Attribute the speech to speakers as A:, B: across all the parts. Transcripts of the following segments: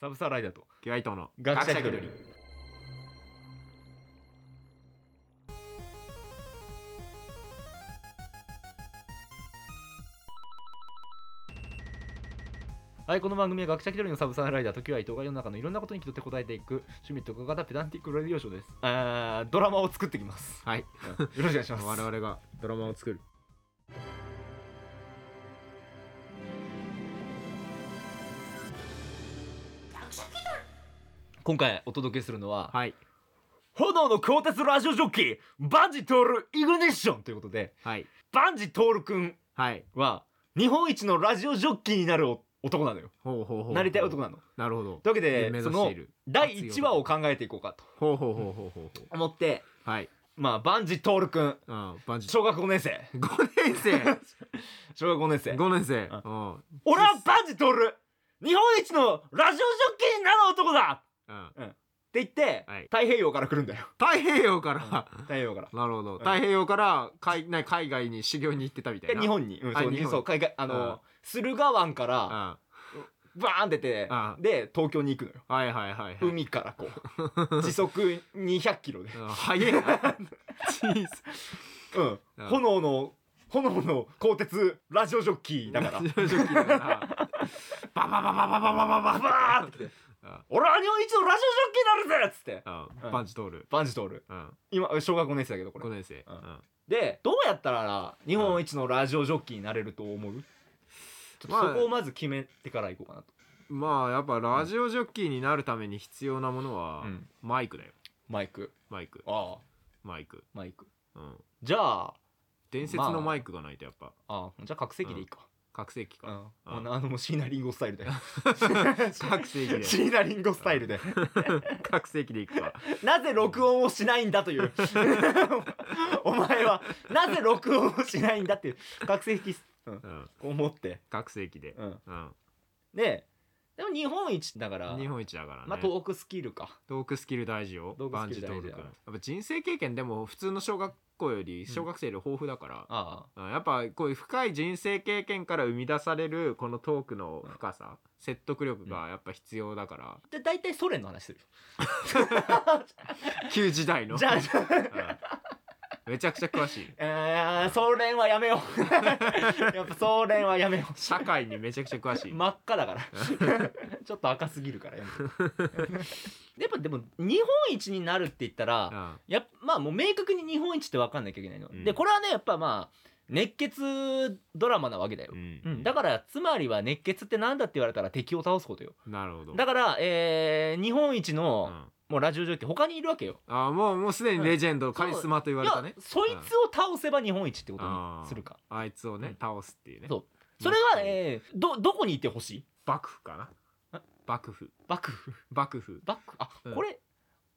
A: サブサーライダーと
B: キュアイトの
A: 学者気取りはい、この番組は学者気取りのサブサーライダー、時は伊藤が世の中のいろんなことに気取って答えていく、趣味とか型ペダンティックラディオショーです。あードラマを作ってきます。
B: はい
A: よろしくお願いし ます。
B: 我々がドラマを作る
A: 今回お届けするのは、
B: はい
A: 炎の鋼鉄ラジオジョッキー、バンジトールイグネッションということで、
B: はい
A: バンジトールくん
B: はい
A: は、日本一のラジオジョッキーになるお男なのよ。
B: ほうほうほう
A: なりたい男なの。
B: なるほど
A: というわけで、
B: 目
A: そ
B: 指し
A: の
B: ている、
A: 第1話を考えていこうかと
B: ほうほうほうほうほうほう
A: 思って、
B: はい
A: まあ、バンジトールくん、
B: ああバンジー
A: 小学5年生。
B: 5年 生
A: 小学5年生。
B: 5年生
A: あ
B: うん
A: 俺はバンジトール日本一のラジオジョッキーになる男だ
B: うん
A: うん。って言って、
B: はい
A: 太平洋から来るんだよ。
B: 太平洋から
A: 太平洋から。
B: なるほど太平洋から海な海外に修行に行ってたみたい
A: で
B: な
A: 日本に、うん、
B: あ
A: そう、
B: 日本に
A: そう海外、あ
B: う
A: の
B: ん、
A: 駿河湾か
B: うん
A: ら、
B: は
A: バーン出て
B: あ、
A: で、東京に行くのよ。
B: いはいはいはい
A: 海からこう、時速200キロで。
B: うん早いなチーズ
A: うん
B: うん。
A: 炎の、炎の鋼鉄ラジオジョッキーだから、
B: ラジオジョッキーだからバババババババババ
A: バーンって来て、俺は日本一のラジオジョッキーになるぜっつって、
B: うんバンジ通る
A: バンジトール。
B: うん
A: 今、小学5年生だけど、これ
B: 5。年生
A: う
B: うんん
A: でどうやったら日本一のラジオジョッキーになれると思う、ちょっとそこをまず決めてからいこうかなと、
B: まあやっぱラジオジョッキーになるために必要なものは
A: うん
B: マイクだよ
A: マイク
B: マイク
A: ああ
B: マイク
A: マイク
B: うん
A: じゃあ
B: 伝説のマイクがないとやっぱ
A: ああじゃあ各席でいいか
B: 拡声器
A: うん、
B: か
A: もうなあのもう椎名林檎スタ イルで
B: 拡声器で
A: 椎名林檎スタイルで
B: 拡声器でいくか
A: なぜ録音をしないんだという お前はなぜ録音をしないんだっていう学生引き、うん、
B: うん
A: こう思って、
B: 拡声器で
A: うん、
B: うん
A: ででも日本一だから
B: 日本一だから
A: まあ
B: ね
A: トークスキルか
B: トークスキル大事よ
A: トー
B: バン
A: クス
B: ジ
A: キル
B: トー
A: 大事
B: ル
A: だ
B: 君やっぱ人生経験でも普通の小学校より小学生より豊富だから
A: ああ
B: うんやっぱこういう深い人生経験から生み出されるこのトークの深さ、説得力がやっぱ必要 だから、
A: で大体ソ連の話する
B: 旧時代
A: よ
B: の
A: じゃあじゃあ
B: うんめちゃくちゃ詳しい
A: えー、総連はやめよ うやっぱ総連はやめよ
B: 社会にめちゃくちゃ詳
A: う
B: しい、
A: 真っ赤だ からちょっと赤すぎるからやめよ うやっぱでも日本一になるって言ったら、
B: うん
A: やっまあもう明確に日本一って分かんなきゃいけないの、
B: うん
A: でこれはねやっぱまあ熱血ドラマなわけだよ、
B: う
A: うんんだからつまりは熱血ってなんだって言われたら敵を倒すことよ
B: なるほど
A: だから、えー日本一
B: う
A: の、
B: ん
A: もうラジオジョッキー他にいるわけよ
B: あーもうもうすでにレジェンド、カリスマと言わ
A: い
B: れた
A: や
B: ね
A: そいつを倒せば日本一ってこと
B: あ
A: に
B: ー
A: するか
B: あいつをね、
A: うん
B: 倒すっていうね
A: そうそれは、
B: うん
A: えー、どどこにいてほしい
B: 幕府かな
A: あ
B: 幕府
A: 幕府
B: 幕府
A: 幕府あ、
B: うん
A: これ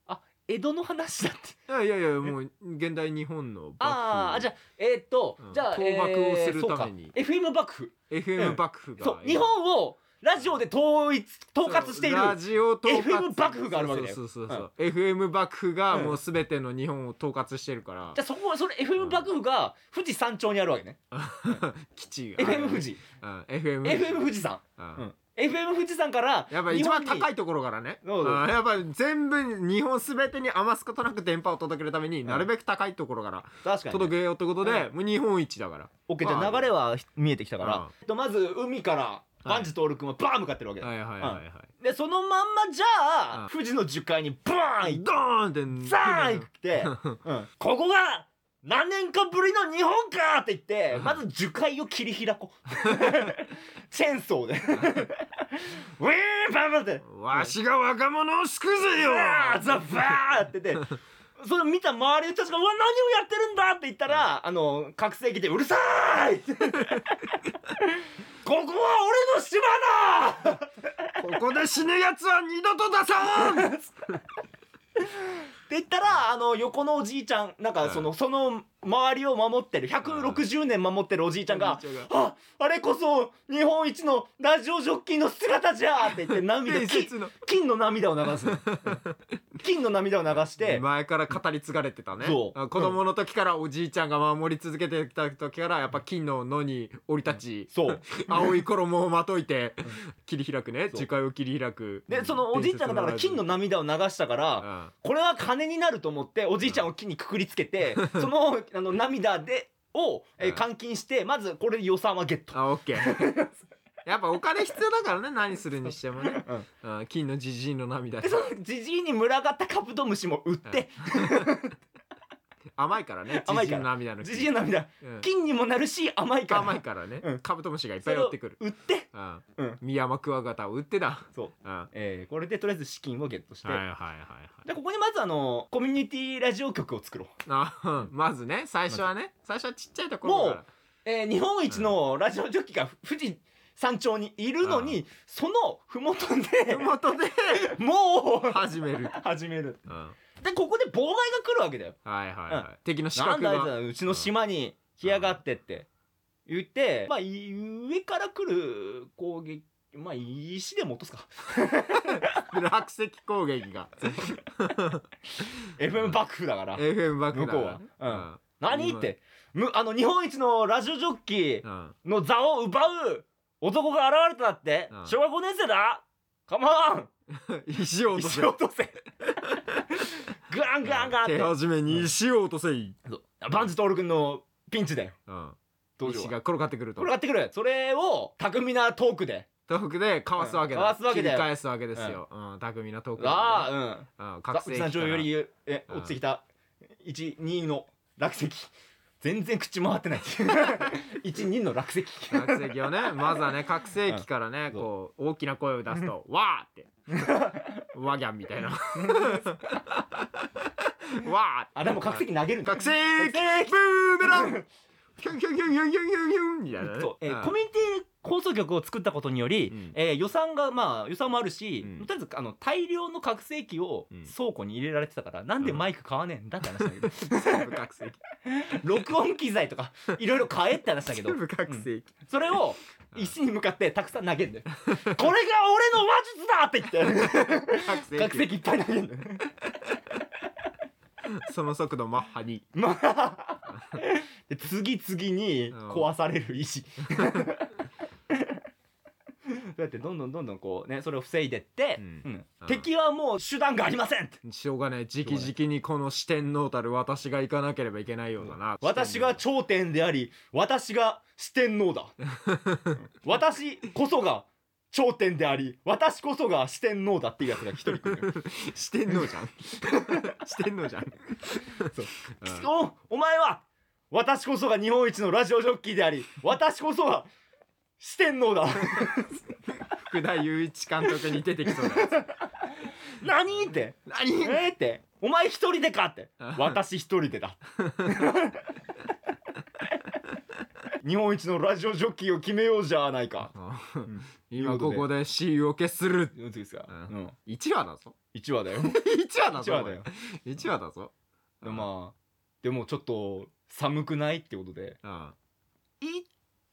A: あ江戸の話だって
B: いやいやいやもう現代日本の幕府
A: あーあじゃあえーっと、
B: うん
A: じゃあ
B: 倒幕をする
A: えーそうか
B: ために
A: FM 幕府
B: FM 幕府が、
A: そう日本をラジオで統一統括している
B: ラジオ統括
A: FM 幕府があるわけだよ
B: そうそうそうそう、FM 幕府が
A: うん
B: もうすべての日本を統括してるから
A: じゃあそこはそれ FM 幕府が富士山頂にあるわけね、
B: 基地が
A: FM 富士
B: うん FM 富士
A: FM 富士山、
B: う
A: うんん、FM 富士山から
B: やっぱ一番
A: 日本に
B: 高いところからね
A: そうそう
B: うんやっぱ全部日本すべてに余すことなく電波を届けるためになるべく高いところから
A: 確かに、ね、
B: 届けようってことで、
A: う
B: もう日本一だから
A: オッケーじゃあ流れは見えてきたから、
B: うん
A: えっとまず海から万事徹君はバーン向かってるわけだ、
B: はいはいはいは
A: でそのまんまじゃあ、
B: うん
A: 富士の樹海にバーン
B: い
A: 行っ
B: ドーンって
A: ザーン行って、うんここが何年かぶりの日本かって言って、
B: うん
A: まず樹海を切り開 こう。チェーンソーで。ウィ ーバンバンって。
B: わしが若者を救うぜよ
A: ザーザバーンってて。それ見た周りの人たちが、うわ、何をやってるんだって言ったら、あの、覚醒器で、うるさーいっ てここは俺の島だ
B: ここで死ぬ奴は二度と出さん
A: って言ったらあの横のおじいちゃんなんかその、その周りを守ってる160年守ってるおじいちゃんが
B: おじいちゃん
A: 「ああれこそ日本一のラジオジョッキーの姿じゃ!」って言って涙
B: 伝
A: 金
B: 説の
A: 金の涙を流す 金の涙を流して
B: 前から語り継がれてたね
A: そう
B: あ子供の時からおじいちゃんが守り続けてきた時からやっぱ金の野に降り立ち
A: そう
B: 青い衣をまといて切り開くね
A: そう
B: 樹海を切り開く
A: でそのおじいちゃんがだから金の涙を流したから
B: あ
A: これは金になると思っておじいちゃんを木にくくりつけて そのあの涙でを、えー
B: うん
A: 換金してまずこれで予算はゲット。
B: あオッケー やっぱお金必要だからね何するにしてもね
A: うん
B: うん金のじじいの涙
A: でそのじじいに群がったカブトムシも売って
B: 甘いからね
A: 甘い
B: じじ
A: か
B: い
A: ら
B: の涙の
A: じじいの涙
B: うん
A: 金にもなるし甘いから
B: 甘いからね、
A: うん
B: カブトムシがいっ
A: そ
B: ぱい
A: れ
B: 寄っ
A: を
B: てくる、
A: 売って
B: うん
A: うん
B: ミヤマクワガタを売ってた、
A: そう、
B: うん、は
A: えーこれでとりあえず資金をゲットし
B: い
A: て、
B: はいはいはい
A: でここにまずあのコミュニティラジオ局を作ろう、
B: あうんまずね最初はね最初はちっちゃいところから
A: えー日本一のラジオジョッキが富士山頂にいるのに、その麓で
B: ふもとで
A: もう
B: 始める、
A: 始める
B: うん、はい
A: でここで妨害が来るわけだよ
B: はいはい、
A: うん
B: 敵の資
A: なん
B: 格
A: だあいつ
B: が
A: らうちの島に来やがってって言って、まあい上から来る攻撃まあ石でも落とすか
B: 落石攻撃が
A: FM 爆風だから
B: FM 爆弾
A: 向こうは
B: は
A: 何ってむあの日本一のラジオジョッキー
B: うんうん
A: の座を奪う男が現れたって、
B: うん
A: 小学5年生だカモン
B: 石を落とせ
A: 石を落とせガンガンガンっ
B: 手
A: て
B: 始めに石を落とせい、
A: バンジトール君のピンチだよ
B: うん、
A: どうし
B: 石
A: よ
B: が転がってくると
A: これ買ってくるそれを巧みなトークで
B: 東北でかわすわけだ、
A: うんかわすわけだよ
B: 切り返すわけですよ、うん巧みな東北
A: ああうん
B: あ、うん、
A: 覚
B: 覚醒器
A: 山
B: か
A: 頂
B: ら
A: よりえ
B: うん
A: 落ちてきた12の落石全然口回ってない12の落石
B: 覚醒器 をねまずはね覚醒器からね
A: うん
B: こう大きな声を出 すと「わー!」って「わギャン」みたいな「わー!」
A: あでも覚醒器投げるんだ
B: 覚醒器ブーメランキュンキュンキュンキュンキュンキュンキュンみたいなね
A: そうえー
B: うん
A: コミュニティ放送局を作ったことにより、
B: うん
A: えー予算がまあ予算もあるし、
B: うん
A: とりあえずあの大量の拡声器を
B: うん
A: 倉庫に入れられてたから、なんでマイク買わねえんだって話だ けど
B: 全部覚醒器
A: 録音機材とかいろいろ買えって話だ けど
B: 全部覚醒器
A: それを
B: うん
A: 石に向かってたくさん投げんだよこれが俺の魔術だって 言って
B: 覚醒
A: 拡声
B: 器
A: 器いっぱい投げんだよ
B: その速度マッハに
A: まあ で次々に壊される石そうやってどんどんどんどんこうねそれを防いでって、
B: うん
A: うん
B: うん
A: 敵はもう手段がありませんって
B: しょうがない直々にこの四天王たる私が行かなければいけないようだな
A: 私が頂点であり私が四天王だうん私こそが頂点であり私こそが四天王だっていうやつが一人来る
B: 四天王 じゃん四天王じゃん
A: そう
B: うん
A: おお前は私こそが日本一のラジオジョッキーであり私こそが四天王だ
B: 福田雄一監督に出てきそうなやつ
A: 何って
B: 何
A: えーって、お前一人でかって。私一人で だ。日本一のラジオジョッキーを決めようじゃないか。
B: 今ここで死を消する
A: うん次ですか。う
B: うん
A: ん。
B: 1話だ ぞ
A: 1話だよ。
B: 1話
A: 1
B: だぞ
A: 話だよ。
B: 1話だぞ
A: でまあ、でもちょっと寒くないってことで。
B: あ
A: 一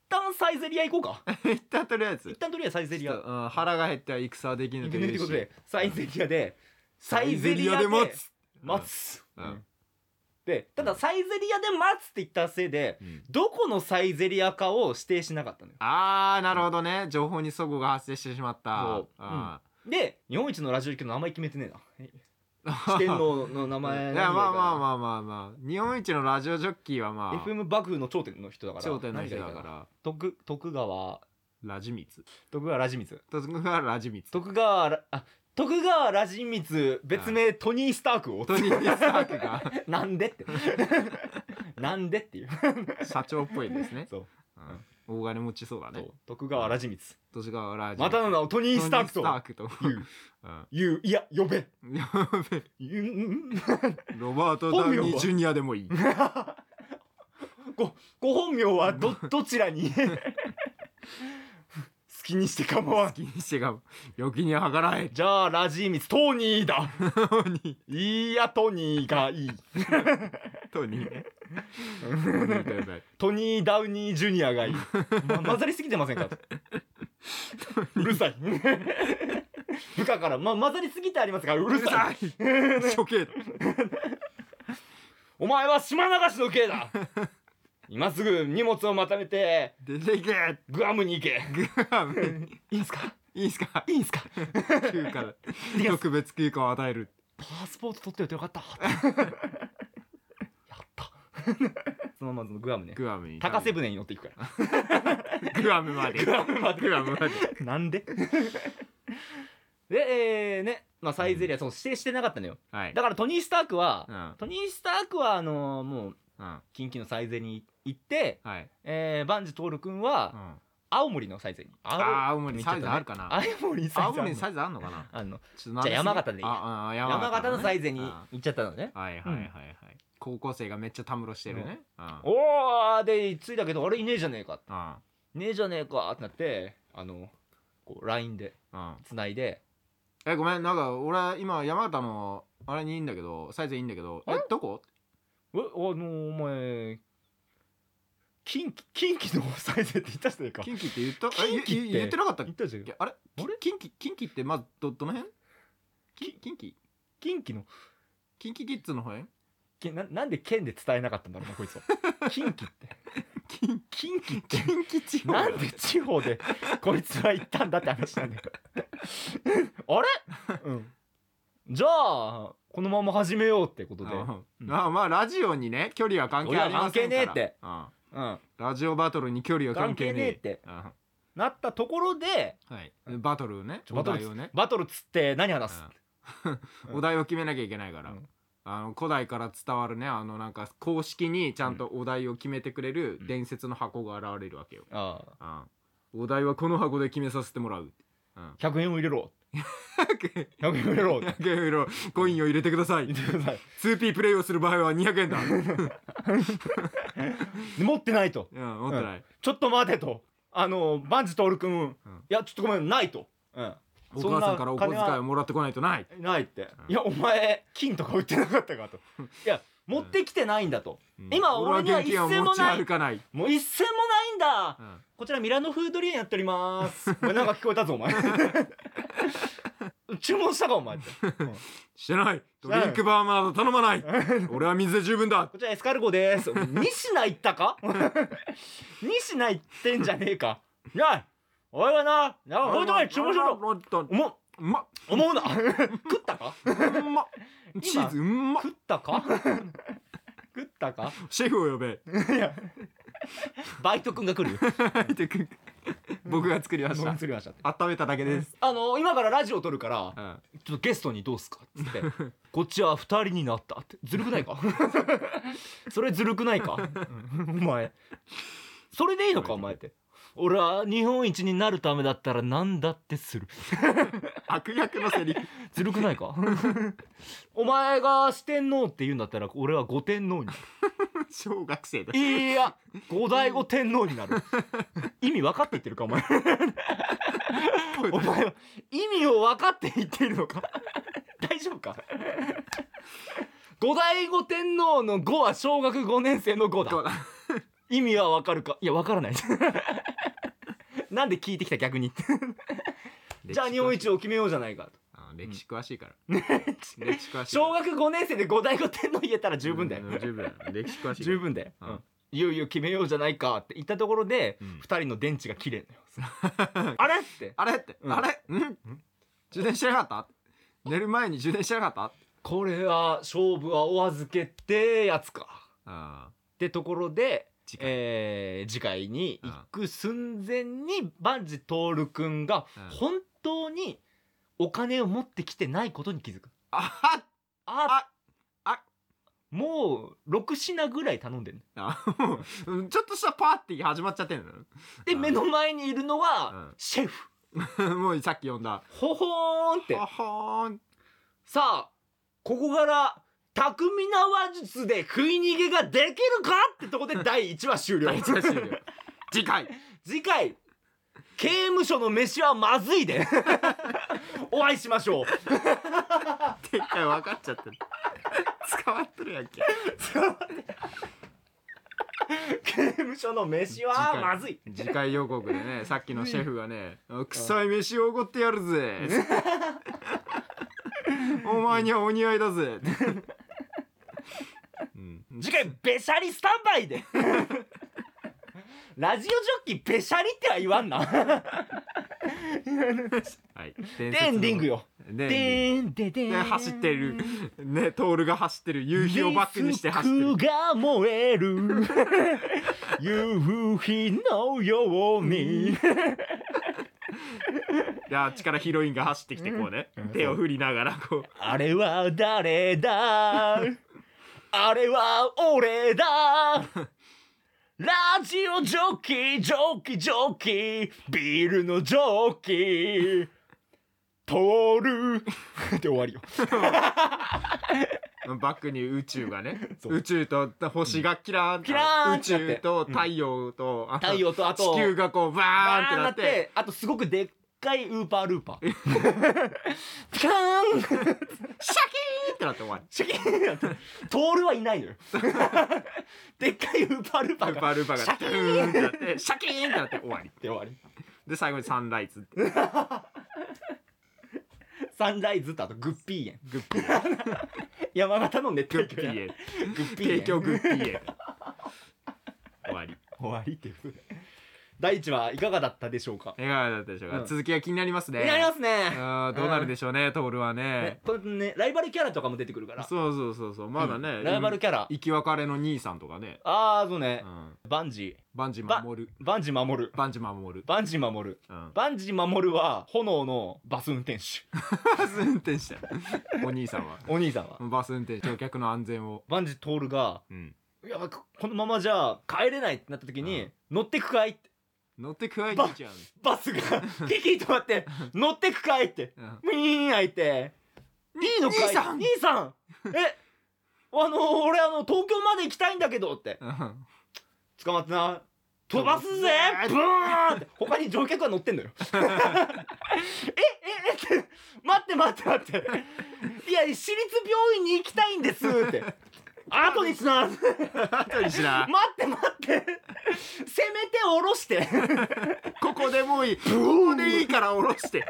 A: 旦サイゼリア行こうか。
B: 一旦とりあえず
A: 一旦とりあえずサイゼリ
B: ちょっ
A: ア。
B: とうん腹が減っては戦はでき
A: と
B: ぬ とい
A: いううこ
B: し
A: とで、サイゼリアで、サイゼリ
B: サ
A: アで待
B: 待
A: つ。
B: つうん
A: うんで、ただサイゼリアで待つって言ったせいで、
B: うん
A: どこのサイゼリアかを指定しなかったのよ。
B: あーなるほどね情報に齟齬が発生してしまった
A: そうで日本一のラジオ局の名前決めてねえ
B: 四
A: な四天王の名前
B: いやまあまあ
A: あ
B: まあまあまあ日本一のラジオジョッキーはまあ
A: FM 幕府の頂点の人だから
B: 頂点の人だ
A: 何が
B: か
A: いいな
B: ら
A: 徳徳川
B: ラジミツ
A: 徳川ラジミツ
B: とそこがラジミツ
A: 徳川ラあ徳川ラジミツ別名トニー・スタークを
B: トニー・スタークが
A: なんでってなんでっていう
B: 社長っぽいですね
A: そう
B: うん大金持ちそうだね
A: そう徳川ラジミツ
B: 年がラジ
A: またの名をトニー・スターク
B: トニ
A: と
B: ースタークと
A: 言うい
B: うん
A: ういや呼べ
B: やべ
A: 言う
B: ロバート・ダウニー・ジュニアでもいい
A: ごご本名はどどちらに好きにして構わ
B: 好
A: ん
B: きにしてがよきにはがらえ
A: じゃあラジーミツトニーだ
B: に
A: いいやトニーがいい
B: とにト
A: トニー・ダウニー・ジュニア がいい、ま、混ざりすぎてませんかうるさい 部下から、ま、混ざりすぎてありますからうるさいう
B: るさい処刑だ
A: お前は島流しの刑だ今すぐ荷物をまとめて
B: 出ていけ
A: グアムに行け
B: グアム
A: いいんすか
B: いいんすか
A: いいんすか
B: 休暇だ特別休暇を与える
A: パスポート取っておいてよか ったやったそのままグアムね
B: グアムに
A: 高瀬船に乗っていくから
B: グアムまで
A: グアムまで
B: グアムまで
A: なんででえー、ねまあサイゼリアその指定してなかったのよ
B: はい
A: だからトニー・スタークは、
B: うん
A: トニー・スタークはあのーもう
B: うん
A: 近畿のサイゼに行って、
B: はい
A: えー、バンジトール君
B: う
A: は
B: ん
A: 青森のサイゼに
B: あ
A: 青
B: ー青森にサイズあるかな
A: 青森にサイ
B: 青
A: ゼあ
B: 森
A: る
B: に
A: の
B: サイズあんのかな
A: あの
B: ちょっと
A: じゃあ山形でいいや
B: ああ山
A: 山形のサイゼに
B: あ
A: 行っちゃったのね
B: はいはいはいはい高校生がめっちゃたむろしてるねうん
A: おーで着いたけどあれいねえじゃねえか
B: うん
A: ねえじゃねえかってなってあのこう LINE で
B: うん
A: 繋いで
B: えごめんなんか俺今山形のあれにいいんだけどサイズいいんだけどえ
A: え
B: どこ
A: 「えあのお前近畿近畿のサイゼって言ったじゃねえか」
B: 近畿って言った
A: 近畿
B: え
A: って
B: 言言ってなかったっ
A: 言ったじゃん
B: けあれ近畿近畿ってまずどどの辺き近畿
A: 近畿の
B: 近畿キッズの辺
A: けななんで県で伝えなかったんだろ うなこいつは近畿って
B: 近
A: 近畿って
B: 近畿地方
A: なんで地方でこいつは行ったんだって話なんだよ あれ、うん、じゃあこのまま始めようってことで、
B: あ
A: うん
B: あまあラジオにね距離は関係ありませんから
A: 俺は関係ねう
B: うん
A: ん、
B: ラジオバトルに距離は関
A: 関
B: 係
A: 係
B: ね
A: ね
B: え
A: えって
B: うん
A: なったところで
B: はいバトルをね
A: ちょ
B: お
A: バトル
B: 題をね
A: バトルっつって何話す、
B: うん お題を決めなきゃいけないから
A: うん
B: あの古代から伝わるねあのなんか公式にちゃんとお題を決めてくれる
A: うん
B: 伝説の箱が現れるわけよ
A: ああ
B: うんお題はこの箱で決めさせてもらううん
A: 100円を入れろ100円を入れろ
B: いろいろコインを入れてください
A: 見てください
B: 2P プレイをする場合は200円だ
A: 持ってないと
B: うん持ってない
A: ちょっと待てとあのバンジトール君、ん、いやちょっとごめんないと、うん、
B: お母さんからお小遣いをもらってこないとない
A: ないって、
B: うん
A: いやお前金とか売ってなかったかといや持ってきてないんだと、
B: うん
A: 今俺には
B: 現金を
A: 一銭も
B: 持ち
A: ない
B: 歩かない
A: もう一銭もないんだ
B: う、ん
A: こちらミラノ風ドリアンやっております。お前なんか聞こえたぞお 前。注文したかお前って。
B: してないド
A: てない
B: リンクバーまだ頼まない俺は水で十分だ
A: こちらエスカルゴです。西名行ったか？西名行ってんじゃねえか。ない。おいはな、なおいとかに注文しろ。
B: ろ
A: 思う
B: うまっ
A: 思うな。食ったか？
B: うまっチーズうまっ
A: 食ったか？食ったか？
B: シェフを呼べ
A: いや。バイト君が来るよ。
B: 僕が作りまし
A: 飲
B: た
A: みすぎましたって。
B: 温めただけです
A: あの今からラジオ撮るから
B: う。ん
A: ちょっとゲストにどうすかっつって 「こっちは二人になった」ってずるくない かそれずるくないかお前それでいいのかお前って俺は日本一になるためだったら何だってする
B: 悪役のセリフ
A: ずるくない かお前が四天王って言うんだったら俺は五天王にな
B: 小学生だ
A: るいや五大五天王に なる意味分かって言ってるかお前 お前は意味を分かって言ってるの か大丈夫か五代五天皇の五は小学五年生の五だ
B: どうだ
A: 意味は分かるかいや分から ないなんで聞いてきた逆にじゃあ日本一を決めようじゃないか
B: あ歴史詳しいから
A: と
B: 歴史詳しい
A: 小学五年生で五代五天皇言えたら十分だよ
B: うん十分歴史詳しい
A: 十分だよ、
B: う
A: うんんいよいよ決めようじゃないかって言ったところで、
B: う
A: 二
B: ん
A: 人の電池が切れんのよあれって
B: あれって
A: うん
B: あれうん充電してなかった寝る前に充電してなかっ
A: これは勝負はお預けってやつか
B: たあ
A: ってところで
B: 次回
A: えー次回に行く寸前に万事徹君が
B: うん
A: 本当にお金を持ってきてないことに気づく
B: あ
A: あ
B: ああ
A: もう6品ぐらい頼んでる
B: あもううんちょっとしたパーティー始まっちゃってん
A: で
B: うん
A: 目の前にいるの
B: うん
A: はシェフ
B: のもうさっき読んだ
A: ほほーんって
B: ははーん
A: さあここから巧みな話術で食い逃げができるかってとこで第1話終了
B: 第一話終了次回
A: 次回刑務所の飯はまずいでお会いしましょう
B: でっかい分かっちゃってる 捕まっとるやんけ
A: 刑務所の飯はまずい
B: 次回予告 でねさっきのシェフがね「臭い飯をおごってやるぜ」お前にはお似合いだ ぜ」うん、
A: 次回べしゃりスタンバイ でラジオジョッキべしゃりっては言わんな
B: はい
A: デンディングよ
B: で
A: でんでで
B: ね、走ってるねトールが走ってる夕日をバックにして走ってる
A: リスクが燃え る夕日のように
B: いやあっちからヒロインが走ってきてこうね、手を振りながらこう
A: あれは誰だあれは俺だラジオジョッキージョッキージョッキービールのジョッキー通る で終わりよ
B: バックに宇宙がね
A: そう
B: 宇宙と星がキラーン
A: キラーン
B: 宇
A: ってなって
B: 宙と太陽と、あと
A: 太陽とあと
B: 地球がこう
A: バ
B: バーンっ
A: ー
B: て
A: ン
B: な
A: な
B: っ
A: っててあとすごくでっかいウーパールーパー ピカーン
B: シャキーンってなって終わり
A: シャキーンってなってトールはい ないのよでっかいウーパールーパ
B: ウ
A: ー
B: ーパ
A: が
B: ールーパーが
A: シャキ
B: ドゥーンってなってシャキーンってなって終わり
A: で終わり
B: で最後にサンライズって
A: サンライズとあとグッピー園
B: グッピー
A: 山形のネッ
B: グ
A: ト
B: ッピー
A: 園
B: へ
A: グッピー園
B: 提供グッピー へ終わり
A: 終わりっていうことで第一話いかがだったでしょうか
B: 笑顔だったでしょうか、
A: うん
B: 続きが気になりますね
A: やりますね
B: あーどうなるでしょうね、トールは
A: ね
B: ね
A: これねライバルキャラとかも出てくるから
B: そうそうそうそうまだね、
A: ライバルキャラ
B: 生き別れの兄さんとかね、
A: ああそうね
B: うん、
A: バンジ
B: バンジー守る
A: ーバンジー守る
B: バンジー守る、
A: バンジー守る
B: うん、バ
A: バンジー守るは炎のバス運転手
B: ス運転手お兄さんは
A: お兄さんは
B: バス運転手乗客の安全を、
A: バンジートールが
B: うん、
A: 「いやここのままじゃ帰れない」ってなった時に「乗ってくかい?」って
B: 乗ってくわい兄ちゃん、
A: バスが キキ止まって「乗ってくかい?」って
B: うん
A: ウィーン開いて「いいのかい?」
B: 兄さん
A: 兄さんえあの俺あの東京まで行きたいんだけど」って
B: うん
A: 「捕まってな飛ばすぜブーン!」って他に乗客が乗ってん のよえええって待って待って待っていや私立病院に行きたいんですって後にしな待
B: 後にしな
A: って待ってせめて降ろして
B: ここでもういいここでいいから下ろして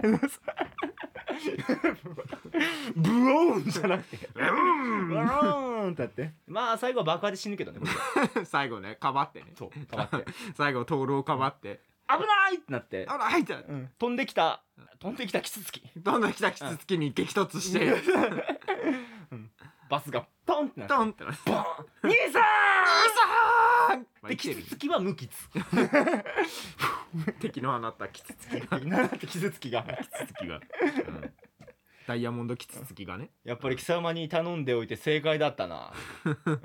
A: ブオーンじゃなくて
B: う
A: ブオーンってやってまあ最後は爆破で死ぬけどね
B: ん最後ねかばってね
A: そう止まって
B: 最後トールをかばって
A: 危ないってなって
B: あら入った
A: うん飛んできた飛んできたキツツキ
B: どんどん来たキツツキに激突して
A: バスがポンってなって
B: ドンってなって
A: ボーン兄さ
B: さ
A: ん
B: で
A: で
B: キ
A: キ
B: ツ
A: ツ
B: ツ
A: ツキは無傷
B: キ敵の放ったキツツキが
A: なってキツツキが
B: キツツキがうんダイヤモンドキツツキがね
A: やっぱり貴様に頼んでおいて正解だったな、うん、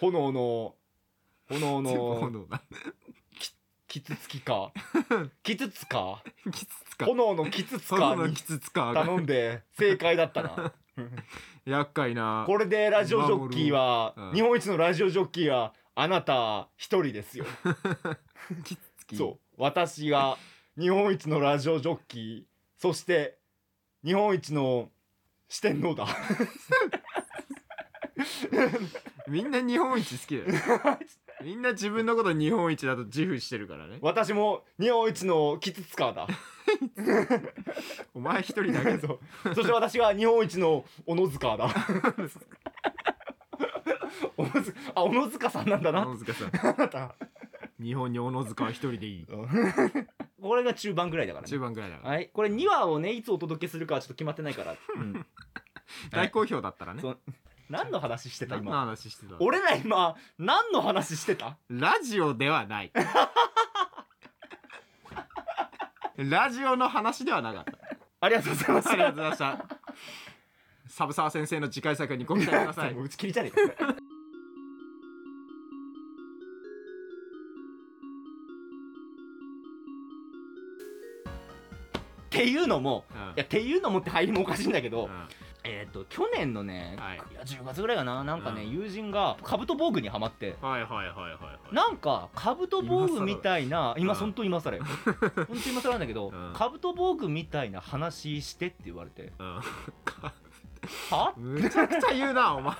A: 炎の炎の
B: 炎だ
A: キツツキ かキツツか
B: キツツカ
A: 炎のキツツ
B: 炎
A: か
B: の
A: に
B: キツツカが
A: 頼んで正解だったな
B: 厄介な
A: これでラジオジョッキーは、
B: 守るうん
A: 日本一のラジオジョッキーはあなた一人ですよ
B: キツツキ
A: そう私が日本一のラジオジョッキーそして日本一の四天王だ
B: みんな日本一好きだよ みんな自分のこと日本一だと自負してるからね
A: 私も日本一のキツツカーだ
B: お前一人だけ
A: そうそして私が日本一の小野塚 だ小野塚あ小野塚さんなんだ
B: 小
A: な
B: 野塚さん
A: あなた
B: 日本に小野塚は一人でい い
A: これが中盤ぐらいだから
B: 中
A: ね
B: 盤ぐらいだから、
A: はいこれ2話をねいつお届けするかはちょっと決まってないから、うん
B: 大好評だったらね
A: そう何の話してた
B: 何の
A: 今
B: 話してたの
A: 俺ら今何の話してた
B: ラジオではない ラジオの話ではなかっ
A: ありがとうございました
B: ありがとうございましたサブサー先生の次回作にご期待く ださい
A: もう打ち切りじゃねえかっていうのも、
B: うん
A: いやっていうのもって入りもおかしいんだけど、
B: うん
A: えっ、と去年のね、
B: はい
A: いや10月ぐらいかななんかね、
B: うん
A: 友人がカブト防具にはまって
B: はいはいはいはいはい
A: なんかカブト防具みたいな今
B: 今
A: ほ
B: 更
A: んと今更よほんと今更なんだけど、
B: うん
A: カブト防具みたいな話してって言われては
B: うん、むちゃくちゃ言うなお前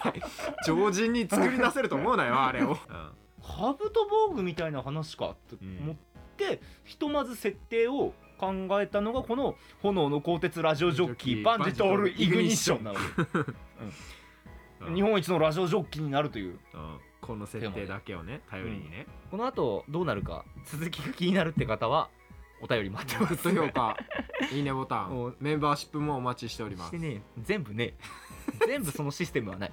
B: 常人に作り出せると思うなよあれを、
A: カブト防具みたいな話かって思って、ひとまず設定を考えたのがこの「炎の鋼鉄ラジオジョッキーバンジトールイグニッション」なので
B: うん
A: 日、本一のラジオジョッキーになるという
B: うんこの設定だけをね頼りにね、
A: この後どうなるか続きが気になるって方はお便り待って
B: グ
A: ま
B: ッ
A: す
B: ド評 価いいねボタ
A: お
B: ンメンバーシップもお待ちしておりま
A: し
B: す
A: てね全部ね 全部そのシステムはない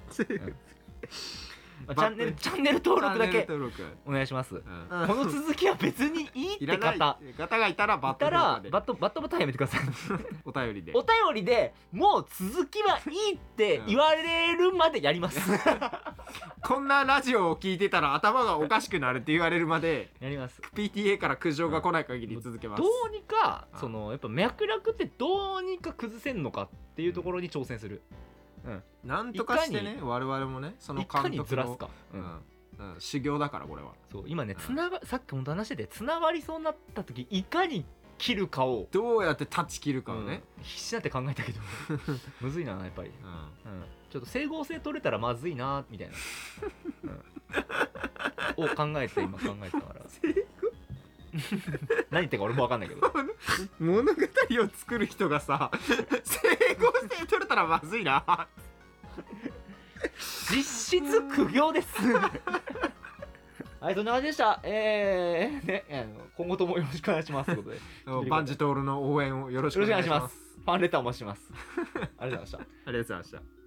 A: まあチ
B: バ
A: ャ
B: ッ
A: ンネルチャンネル登録だけ
B: チャンネル登録
A: お願いします、
B: うん
A: この続きは別にいいっ
B: い
A: て
B: らない
A: 方
B: 方がいたらバ
A: い
B: ット
A: た
B: 評
A: ら
B: 価で
A: バットバットボタンやめてくだ さい
B: お便りで
A: お便りでもう続きはいいって言われるまでやります
B: こんなラジオを聞いてたら頭がおかしくなるって言われるまで
A: やります
B: PTA から苦情が来ない限り続けます
A: どうにか
B: うん
A: そのやっぱ脈絡ってどうにか崩せんのかっていうところに挑戦する、
B: なんとかして
A: い
B: ね我々もねその
A: いか
B: 監
A: にず
B: 督
A: らす
B: の
A: か、
B: う
A: うん
B: んうん修行だからこれは
A: そう今ね
B: うん
A: つながさっき本当話しててつながりそうになった時いかに切るかを、
B: どうやって断ち切るかをね
A: うん必死になって考えたけどむずいなやっぱり、
B: うん
A: うん、ちょっと整合性取れたらまずいなみたいな、うん、を考えて今考えてたから何言ってるか俺も分かんないけど
B: 物語を作る人がさ成功して取れたらまずいな
A: 実質苦行です はいそんな感じでしたえー、ねあの今後ともよろしくお願いしますということでよ
B: バンジトールの応援をよろしくお願いします
A: ファンレターお待ちしますありがとうございました
B: ありがとうございました